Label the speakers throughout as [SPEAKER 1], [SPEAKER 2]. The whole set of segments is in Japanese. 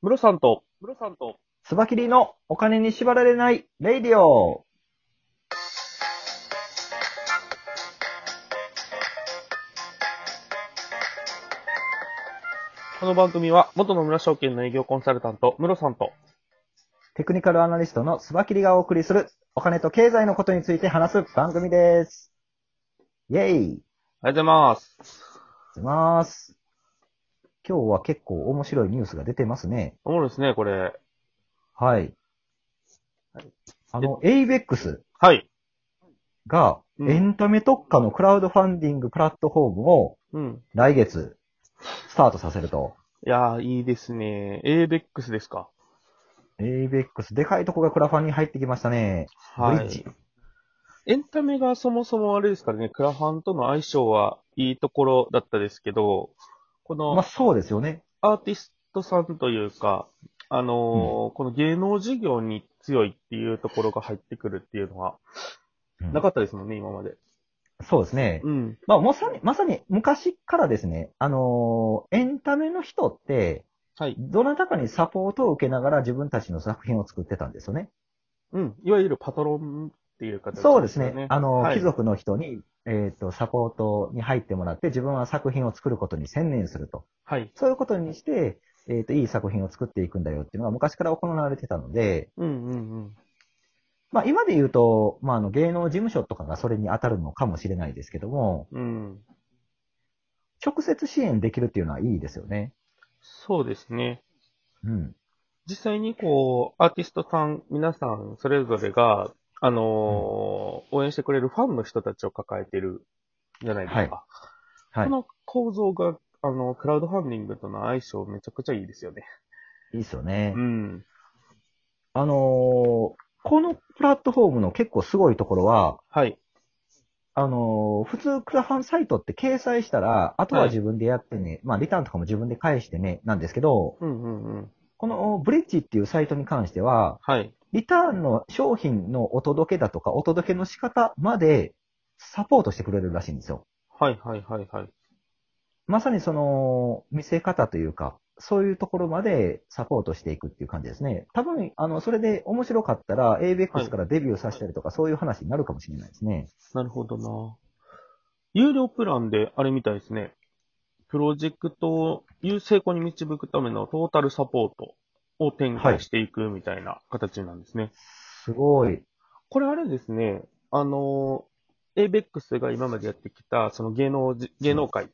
[SPEAKER 1] ムロさんと、
[SPEAKER 2] ムロさんと、
[SPEAKER 3] スバキリのお金に縛られないレイディオ。
[SPEAKER 1] この番組は、元野村証券の営業コンサルタント、ムロさんと、
[SPEAKER 3] テクニカルアナリストのスバキリがお送りするお金と経済のことについて話す番組です。イェイい
[SPEAKER 1] ありがとうございます。
[SPEAKER 3] きます。今日は結構面白いニュースが出てますね。
[SPEAKER 1] おもろいですね、これ。
[SPEAKER 3] はい。あの、ABEX
[SPEAKER 1] はい。
[SPEAKER 3] が
[SPEAKER 1] うん
[SPEAKER 3] エンタメ特化のクラウドファンディングプラットフォームを
[SPEAKER 1] うん。
[SPEAKER 3] 来月スタートさせると。
[SPEAKER 1] いやー、いいですね。ABEX ですか。
[SPEAKER 3] ABEX、でかいとこがクラファンに入ってきましたね。
[SPEAKER 1] は
[SPEAKER 3] ブリッ
[SPEAKER 1] い。
[SPEAKER 3] ジ。
[SPEAKER 1] エンタメがそもそもあれですからね、クラファンとの相性はいいところだったですけど、こ
[SPEAKER 3] まあ
[SPEAKER 1] の
[SPEAKER 3] そうですよね。
[SPEAKER 1] アーティストさんというか、あのーこの芸能事業に強いっていうところが入ってくるっていうのは、
[SPEAKER 3] うん
[SPEAKER 1] なかったですもんね、今まで。
[SPEAKER 3] そうですね。
[SPEAKER 1] うん。
[SPEAKER 3] まあ、まさに、まさに昔からですね、あのーエンタメの人って、
[SPEAKER 1] はい。
[SPEAKER 3] どなたかにサポートを受けながら自分たちの作品を作ってたんですよね。
[SPEAKER 1] うん。いわゆるパトロンっていう形
[SPEAKER 3] そうですね。
[SPEAKER 1] よ
[SPEAKER 3] あのー
[SPEAKER 1] はい
[SPEAKER 3] 貴族の人に、えっ、と、サポートに入ってもらって、自分は作品を作ることに専念すると。
[SPEAKER 1] はい。
[SPEAKER 3] そういうことにして、えっ、と、いい作品を作っていくんだよっていうのが昔から行われてたので、
[SPEAKER 1] うんうんうん。
[SPEAKER 3] まあ、今で言うと、まあ、あの、芸能事務所とかがそれに当たるのかもしれないですけども、
[SPEAKER 1] うん。
[SPEAKER 3] 直接支援できるっていうのはいいですよね。
[SPEAKER 1] そうですね。
[SPEAKER 3] うん。
[SPEAKER 1] 実際にこう、アーティストさん、皆さん、それぞれが、あのー応援してくれるファンの人たちを抱えてるじゃないですか。
[SPEAKER 3] はい
[SPEAKER 1] こ。の構造が、あの、クラウドファンディングとの相性めちゃくちゃいいですよね。
[SPEAKER 3] いいですよね。
[SPEAKER 1] うん。
[SPEAKER 3] あのーこのプラットフォームの結構すごいところは、
[SPEAKER 1] はい。
[SPEAKER 3] あのー普通クラファンサイトって掲載したら、あとは
[SPEAKER 1] はい
[SPEAKER 3] 自分でやってね、まあリターンとかも自分で返してね、なんですけど、
[SPEAKER 1] うんうんうん。
[SPEAKER 3] このブリッジっていうサイトに関しては、
[SPEAKER 1] はい。
[SPEAKER 3] リターンの商品のお届けだとか、お届けの仕方までサポートしてくれるらしいんですよ。
[SPEAKER 1] はいはいはいはい。
[SPEAKER 3] まさにその、見せ方というか、そういうところまでサポートしていくっていう感じですね。多分、あの、それで面白かったら、ABEX からデビューさせたりとか、そういう話になるかもしれないですね。
[SPEAKER 1] なるほどな。有料プランであれみたいですね。プロジェクトを成功に導くためのトータルサポートを展開していくみたいな形なんですね。
[SPEAKER 3] すごい。
[SPEAKER 1] これあれですね、あの、ABEX が今までやってきた、その芸能じ、芸能界、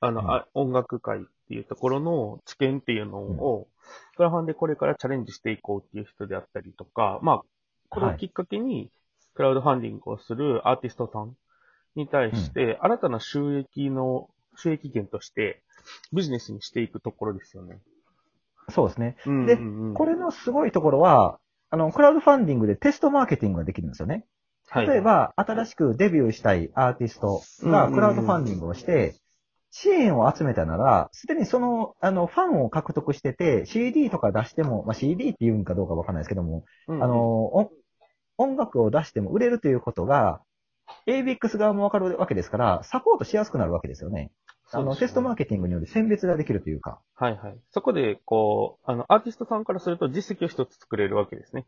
[SPEAKER 1] あの、あ音楽界っていうところの知見っていうのを、クラファンでこれからチャレンジしていこうっていう人であったりとか、まあ、これをきっかけに、クラウドファンディングをするアーティストさんに対して、新たな収益の、収益源として、ビジネスにしていくところですよね。
[SPEAKER 3] そうですね。
[SPEAKER 1] うんうんうん
[SPEAKER 3] これ、のすごいところは、あの、クラウドファンディングでテストマーケティングができるんですよね。
[SPEAKER 1] はい
[SPEAKER 3] 例え、ば、新しくデビューしたいアーティストが
[SPEAKER 1] うん
[SPEAKER 3] クラウドファンディングをして、支援を集めたなら、すでにその、あの、ファンを獲得してて、CD とか出しても、まあ、CD って言うんかどうかわかんないですけども、
[SPEAKER 1] うんうん
[SPEAKER 3] あの、、お音楽を出しても売れるということが、ABX 側もわかるわけですから、サポートしやすくなるわけですよね。あの、テストマー
[SPEAKER 1] ケ
[SPEAKER 3] ケティングにより選別ができるというか。
[SPEAKER 1] はいはい。そこで、こう、あの、アーティストさんからすると実績を一つ作れるわけですね。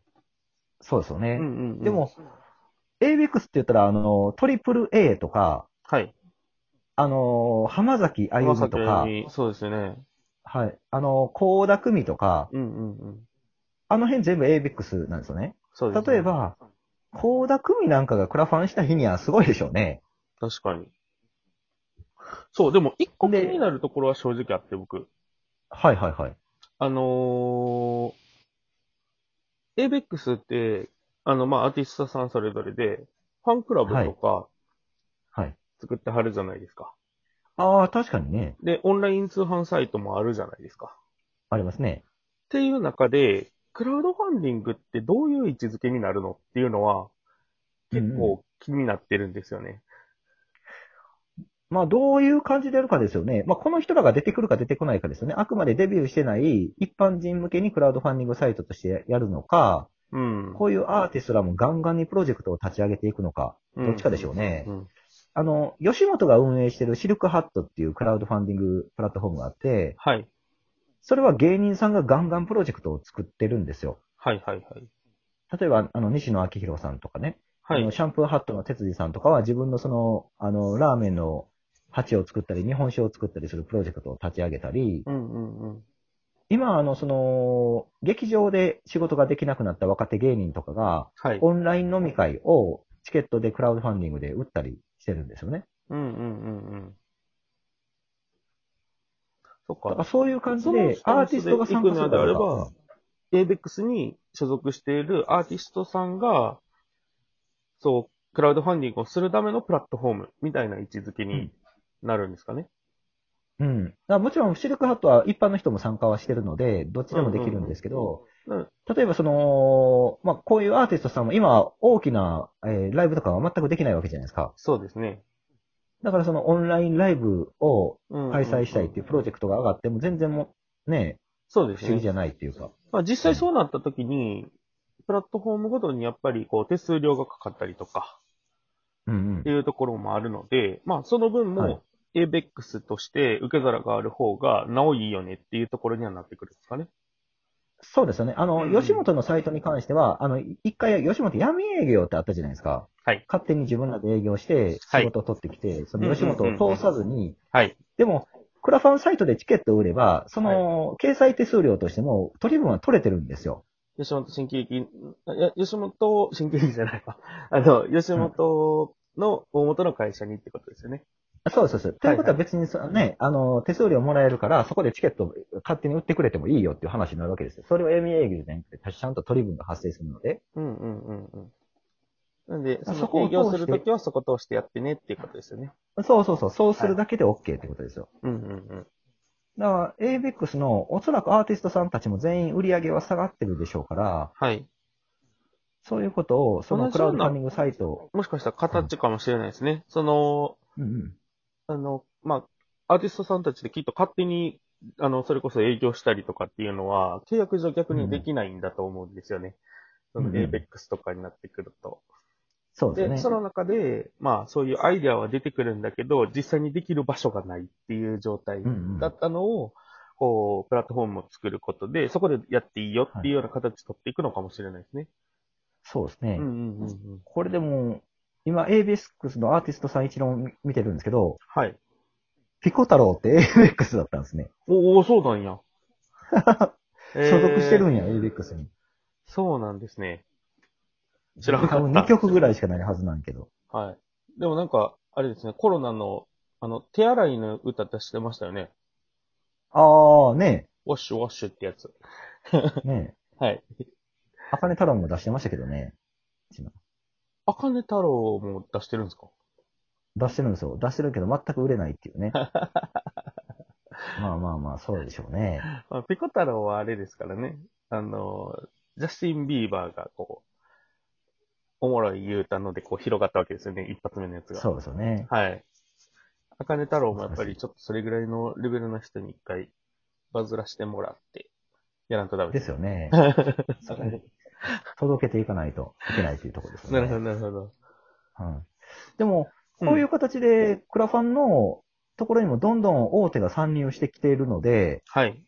[SPEAKER 3] そうですよ
[SPEAKER 1] う
[SPEAKER 3] ね。
[SPEAKER 1] んうん、うん。
[SPEAKER 3] で、も、ABX って言ったら、あの、トリプル A とか、
[SPEAKER 1] はい。
[SPEAKER 3] あの、浜崎あゆみとか、
[SPEAKER 1] に、そうですよね。
[SPEAKER 3] はい。あの、高田組とか、
[SPEAKER 1] うんうんうん。
[SPEAKER 3] あの辺全部 ABEX なんですよね。
[SPEAKER 1] そうです、ね。
[SPEAKER 3] 例え、ば、高田組なんかがクラファンした日にはすごいでしょうね。
[SPEAKER 1] 確かに。そう、でも、一個気
[SPEAKER 3] で
[SPEAKER 1] になるところは正直あって、僕。
[SPEAKER 3] はいはいはい。
[SPEAKER 1] あのー、ABEX って、あの、まあ、アーティストさんそれぞれで、ファンクラブとか
[SPEAKER 3] はい。
[SPEAKER 1] 作ってはるじゃないですか。
[SPEAKER 3] ああ、確かにね、
[SPEAKER 1] で、オンライン通販サイトもあるじゃないですか。
[SPEAKER 3] ありますね。
[SPEAKER 1] っていう中で、クラウドファンディングってどういう位置づけになるのっていうのは、結
[SPEAKER 3] うんう
[SPEAKER 1] 構気になってるんですよね。
[SPEAKER 3] まあ、どういう感じでやるかですよね。まあ、この人らが出てくるか出てこないかですよね。あくまでデビューしてない一般人向けにクラウドファンディングサイトとしてやるのか、
[SPEAKER 1] うん。
[SPEAKER 3] こういうアーティストらもガンガンにプロジェクトを立ち上げていくのか、どっちかでしょうね。
[SPEAKER 1] うん。
[SPEAKER 3] あの、吉本が運営してるシルクハットっていうクラウドファンディングプラットフォームがあって、
[SPEAKER 1] はい。
[SPEAKER 3] それは芸人さんがガンガンプロジェクトを作ってるんですよ。
[SPEAKER 1] はいはいはい。
[SPEAKER 3] 例えば、あの、西野昭弘さんとかね、
[SPEAKER 1] は
[SPEAKER 3] あの
[SPEAKER 1] い。
[SPEAKER 3] シャンプーハットの哲司さんとかは自分のその、あの、ラーメンの鉢を作ったり、日本酒を作ったりするプロジェクトを立ち上げたり、
[SPEAKER 1] うんうんうん。
[SPEAKER 3] 今、あの、その、劇場で仕事ができなくなった若手芸人とかが、
[SPEAKER 1] はい。
[SPEAKER 3] オンライン飲み会をチケットでクラウドファンディングで売ったりしてるんですよね。
[SPEAKER 1] うんうんうんうん。そっ
[SPEAKER 3] だから
[SPEAKER 1] か。
[SPEAKER 3] そういう感じで、
[SPEAKER 1] そ
[SPEAKER 3] ア
[SPEAKER 1] の
[SPEAKER 3] ーティストが参加する
[SPEAKER 1] で行くのであれ
[SPEAKER 3] ことが
[SPEAKER 1] ば、ABEX に所属しているアーティストさんが、そう、クラウドファンディングをするためのプラットフォームみたいな位置づけになるんですかね。
[SPEAKER 3] うん。だからもちろん、シルクハットは一般の人も参加はしてるので、どっちでもできるんですけど、
[SPEAKER 1] うんうんうん
[SPEAKER 3] 例えばその、まあ、こういうアーティストさんも今、大きな、えーライブとかは全くできないわけじゃないですか。
[SPEAKER 1] そうですね。
[SPEAKER 3] だからそのオンラインライブを開
[SPEAKER 1] 開
[SPEAKER 3] 催したいっていうプロジェ
[SPEAKER 1] クト。
[SPEAKER 3] クトが上がっても全然も、ね、
[SPEAKER 1] そうで
[SPEAKER 3] 不
[SPEAKER 1] す
[SPEAKER 3] 思議じ
[SPEAKER 1] ね。
[SPEAKER 3] ゃないっていうか。
[SPEAKER 1] まあ、実際そうなった時に、プラットフォームごとにやっぱりこう手数料がかかったりとか
[SPEAKER 3] うん
[SPEAKER 1] っていうところもあるので、まあその分
[SPEAKER 3] はい
[SPEAKER 1] も ABEX として受け皿がある方がなおいいよねっていうところにはなってくるんですかね。
[SPEAKER 3] そうですよね。あの、
[SPEAKER 1] うんうん
[SPEAKER 3] 吉本のサイトに関しては、あの、一回、吉本闇営業ってあったじゃないですか。
[SPEAKER 1] はい
[SPEAKER 3] 勝手に自分らで営業して、
[SPEAKER 1] はい
[SPEAKER 3] 仕事を取ってきて、その吉本を通さずに、
[SPEAKER 1] はい。
[SPEAKER 3] でも、クラファンサイトでチケットを売れば、その、掲載手数料としても、取り分は取れてるんですよ。
[SPEAKER 1] 吉本新喜劇、あいや吉本、新喜劇じゃないわ。 あの、吉本の大元の会社にってことですよね。
[SPEAKER 3] そうそうそう。ということは別にそ、ね、あの、手数料もらえるから、そこでチケットを勝手に売ってくれてもいいよっていう話になるわけですよ。それは闇営業じゃなくて、ちゃんと取り分が発生するので。
[SPEAKER 1] うんうんうんうん。なんで、そ
[SPEAKER 3] そこ
[SPEAKER 1] の
[SPEAKER 3] を
[SPEAKER 1] 営業するときはそこ通してやってねっていうことですよね。
[SPEAKER 3] そうそうそう。そうするだけで OK ってことですよ。
[SPEAKER 1] うんうん
[SPEAKER 3] だから、ABEX のおそらくアーティストさんたちも全員売り上げは下がってるでしょうから、
[SPEAKER 1] はい。
[SPEAKER 3] そういうことを、その
[SPEAKER 1] 同じ
[SPEAKER 3] ク
[SPEAKER 1] よ
[SPEAKER 3] ラ
[SPEAKER 1] う
[SPEAKER 3] ウ
[SPEAKER 1] な
[SPEAKER 3] ドファンディングサイトを、
[SPEAKER 1] もしかしたら形かもしれないですね。その、
[SPEAKER 3] うんうん、
[SPEAKER 1] あの、まあ、アーティストさんたちできっと勝手に、あの、それこそ営業したりとかっていうのは、契約上逆にできないんだと思うんですよね。
[SPEAKER 3] うん
[SPEAKER 1] その ABEX とかになってくると。
[SPEAKER 3] そうです
[SPEAKER 1] で、
[SPEAKER 3] ね。
[SPEAKER 1] その中で、まあ、そういうアイデアは出てくるんだけど、実際にできる場所がないっていう状態
[SPEAKER 3] うんうん
[SPEAKER 1] だったのを、こう、プラットフォームを作ることで、そこでやっていいよっていうような形取っていくのかもしれないですね。
[SPEAKER 3] そうですね。
[SPEAKER 1] うんうんうんうん。
[SPEAKER 3] これでも、今 ABEX のアーティストさん一覧見てるんですけど、
[SPEAKER 1] はい。
[SPEAKER 3] ピコ太郎って ABEX だったんですね。
[SPEAKER 1] おお、そうなんや。
[SPEAKER 3] 所属してる
[SPEAKER 1] えー
[SPEAKER 3] んや、ABEX に。
[SPEAKER 1] そうなんですね。知
[SPEAKER 3] 多
[SPEAKER 1] らなかった
[SPEAKER 3] 分2曲ぐらいしかないはずなんやけど。
[SPEAKER 1] はい。でもなんか、あれですね、コロナの、あの、手洗いの歌出してましたよね。
[SPEAKER 3] あーね、
[SPEAKER 1] ウォッシュウォッシュってやつ。
[SPEAKER 3] ね、
[SPEAKER 1] はい。
[SPEAKER 3] あかね太郎も出してましたけどね。
[SPEAKER 1] あかね太郎も出してるんですか
[SPEAKER 3] 出してるんですよ。出してるけど全く売れないっ ていうね。まあまあまあ、そうでしょうね。
[SPEAKER 1] まあ、ピコ太郎はあれですからね、あの、ジャスティン・ビーバーがこう、おもろい言うたのでこう広がったわけですよね、一発目のやつが。
[SPEAKER 3] そうですよね。
[SPEAKER 1] はい。あかね太郎もやっぱりちょっとそれぐらいのレベルの人に一回バズらしてもらって、やらんとダメ
[SPEAKER 3] で
[SPEAKER 1] です。
[SPEAKER 3] すよ ね。そこ
[SPEAKER 1] はい
[SPEAKER 3] に届けていかないといけないというところですよね。
[SPEAKER 1] なるほど、なるほど。
[SPEAKER 3] うんでも、こういう形で、クラファンのところにもどんどん大手が参入してきているので、
[SPEAKER 1] はい。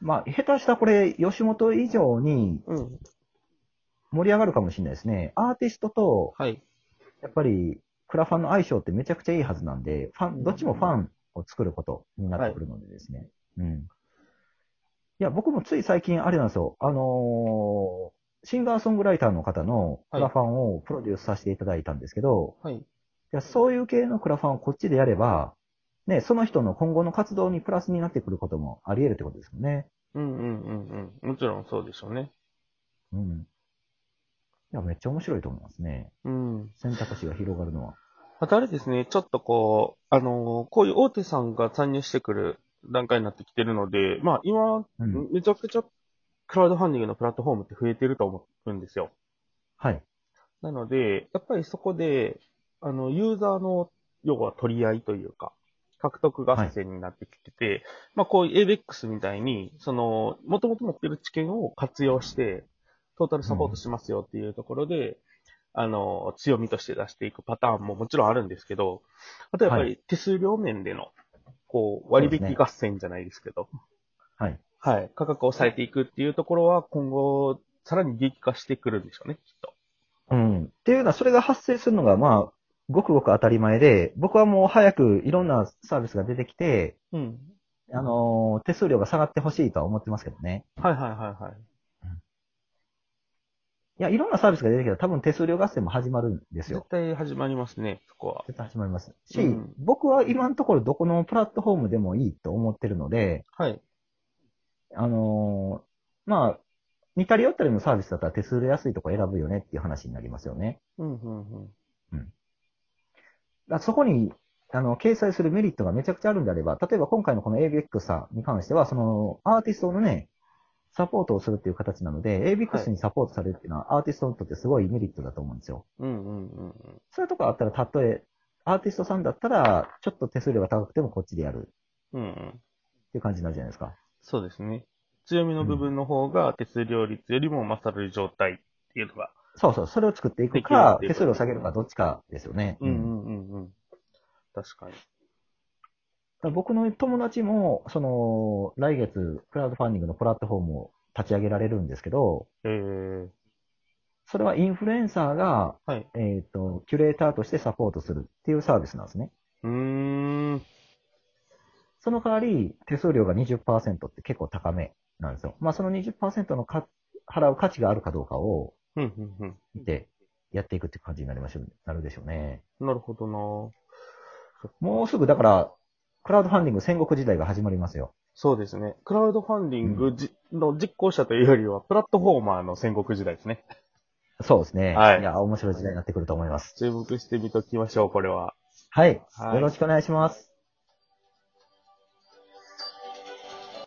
[SPEAKER 3] まあ、下手したらこれ、吉本以上に
[SPEAKER 1] うん。
[SPEAKER 3] 盛り上がるかもしれないですね。アーティストと、
[SPEAKER 1] はい。
[SPEAKER 3] やっぱり、クラファンの相性ってめちゃくちゃいいはずなんで、ファン、どっちもファンを作ることになってくるのでですね。うん。いや、僕もつい最近、あれなんですよ。あのーシンガーソングライターの方のクラファンをプロデュースさせていただいたんですけど、
[SPEAKER 1] はい。
[SPEAKER 3] いや、そういう系のクラファンをこっちでやれば、ね、その人の今後の活動にプラスになってくることもあり得るってことですよね。
[SPEAKER 1] うんうんうんうん。もちろんそうでしょうね。
[SPEAKER 3] うん。いや、めっちゃ面白いと思いますね。
[SPEAKER 1] うん。
[SPEAKER 3] 選択肢が広がるのは。
[SPEAKER 1] またあれですね、ちょっとこう、あのーこういう大手さんが参入してくる段階になってきてるので、まあ今、
[SPEAKER 3] うん。
[SPEAKER 1] めちゃくちゃクラウドファンディングのプラットフォームって増えてると思うんですよ。
[SPEAKER 3] はい。
[SPEAKER 1] なので、やっぱりそこで、あの、ユーザーの、要は取り合いというか、獲得合戦になってきてて、まあこういう ABEX みたいに、その、元々持ってる知見を活用して、トータルサポートしますよっていうところで、あの、強みとして出していくパターンももちろんあるんですけど、あとやっぱ
[SPEAKER 3] は
[SPEAKER 1] り手数料面での、こう、割
[SPEAKER 3] そうです
[SPEAKER 1] 引
[SPEAKER 3] ね
[SPEAKER 1] 合戦じゃないですけど、
[SPEAKER 3] はい。
[SPEAKER 1] はい。価格を抑えていくっていうところは、今後、さらに激化してくるんでしょうね、きっと。
[SPEAKER 3] うん。っていうのは、それが発生するのが、まあ、ごくごく当たり前で、僕はもう早くいろんなサービスが出てきて、
[SPEAKER 1] うん。
[SPEAKER 3] あのー手数料が下がってほしいとは思ってますけどね。
[SPEAKER 1] はいはいはいはい。
[SPEAKER 3] いや、いろんなサービスが出てきたら多分手数料合戦も始まるんです
[SPEAKER 1] 絶
[SPEAKER 3] よ。
[SPEAKER 1] 対始まりますね、そこは。
[SPEAKER 3] 絶対始まります。し、
[SPEAKER 1] うん
[SPEAKER 3] 僕は今のところどこのプラットフォームでもいいと思ってるので、
[SPEAKER 1] はい。
[SPEAKER 3] あのーまあ、似たり寄ったりのサービスだったら手数料安いとこ選ぶよねっていう話になりますよね。
[SPEAKER 1] うん、うん、うん。
[SPEAKER 3] だからそこに、あの、掲載するメリットがめちゃくちゃあるんであれば、例えば今回のこの ABX さんに関しては、その、アーティストのね、サポートをするっていう形なので、
[SPEAKER 1] はい
[SPEAKER 3] ABX にサポートされるっていうのは、アーティストにとってすごいメリットだと思うんですよ。
[SPEAKER 1] うん、うん、うんうん。
[SPEAKER 3] そういうとこあったら、たとえ、アーティストさんだったら、ちょっと手数料が高くてもこっちでやるっ
[SPEAKER 1] うん、うん。
[SPEAKER 3] ていう感じになるじゃないですか。
[SPEAKER 1] そうですね。強みの部分の方が手数料率よりも勝る状態っていうのが。
[SPEAKER 3] そうそう、それを作っていく
[SPEAKER 1] で
[SPEAKER 3] か、
[SPEAKER 1] きるっていう
[SPEAKER 3] 手数料を下げるかどっちかですよね。
[SPEAKER 1] うん
[SPEAKER 3] だ
[SPEAKER 1] うんうんうん。確かに。
[SPEAKER 3] から僕の友達も、その、来月、クラウドファンディングのプラットフォームを立ち上げられるんですけど、
[SPEAKER 1] えー、
[SPEAKER 3] それはインフルエンサーが、
[SPEAKER 1] はい。
[SPEAKER 3] えっ、と、キュレーターとしてサポートするっていうサービスなんですね。
[SPEAKER 1] うーん。
[SPEAKER 3] その代わり、手数料が20%って結構高めなんですよ。まあ、その20%のか払う価値があるかどうかを
[SPEAKER 1] うんうんうん。
[SPEAKER 3] 見てやっていくっていう感じになりましょう、なるでしょうね。
[SPEAKER 1] なるほどな。
[SPEAKER 3] もうすぐ、だから、クラウドファンディング戦国時代が始まりますよ。
[SPEAKER 1] そうですね。クラウドファンディングじ、の実行者というよりは、プラットフォーマーの戦国時代ですね。
[SPEAKER 3] そうですね。
[SPEAKER 1] はい
[SPEAKER 3] いや、面白い時代になってくると思います。
[SPEAKER 1] 注目してみときましょう、これは。
[SPEAKER 3] はい。
[SPEAKER 1] はい
[SPEAKER 3] よろしくお願いします。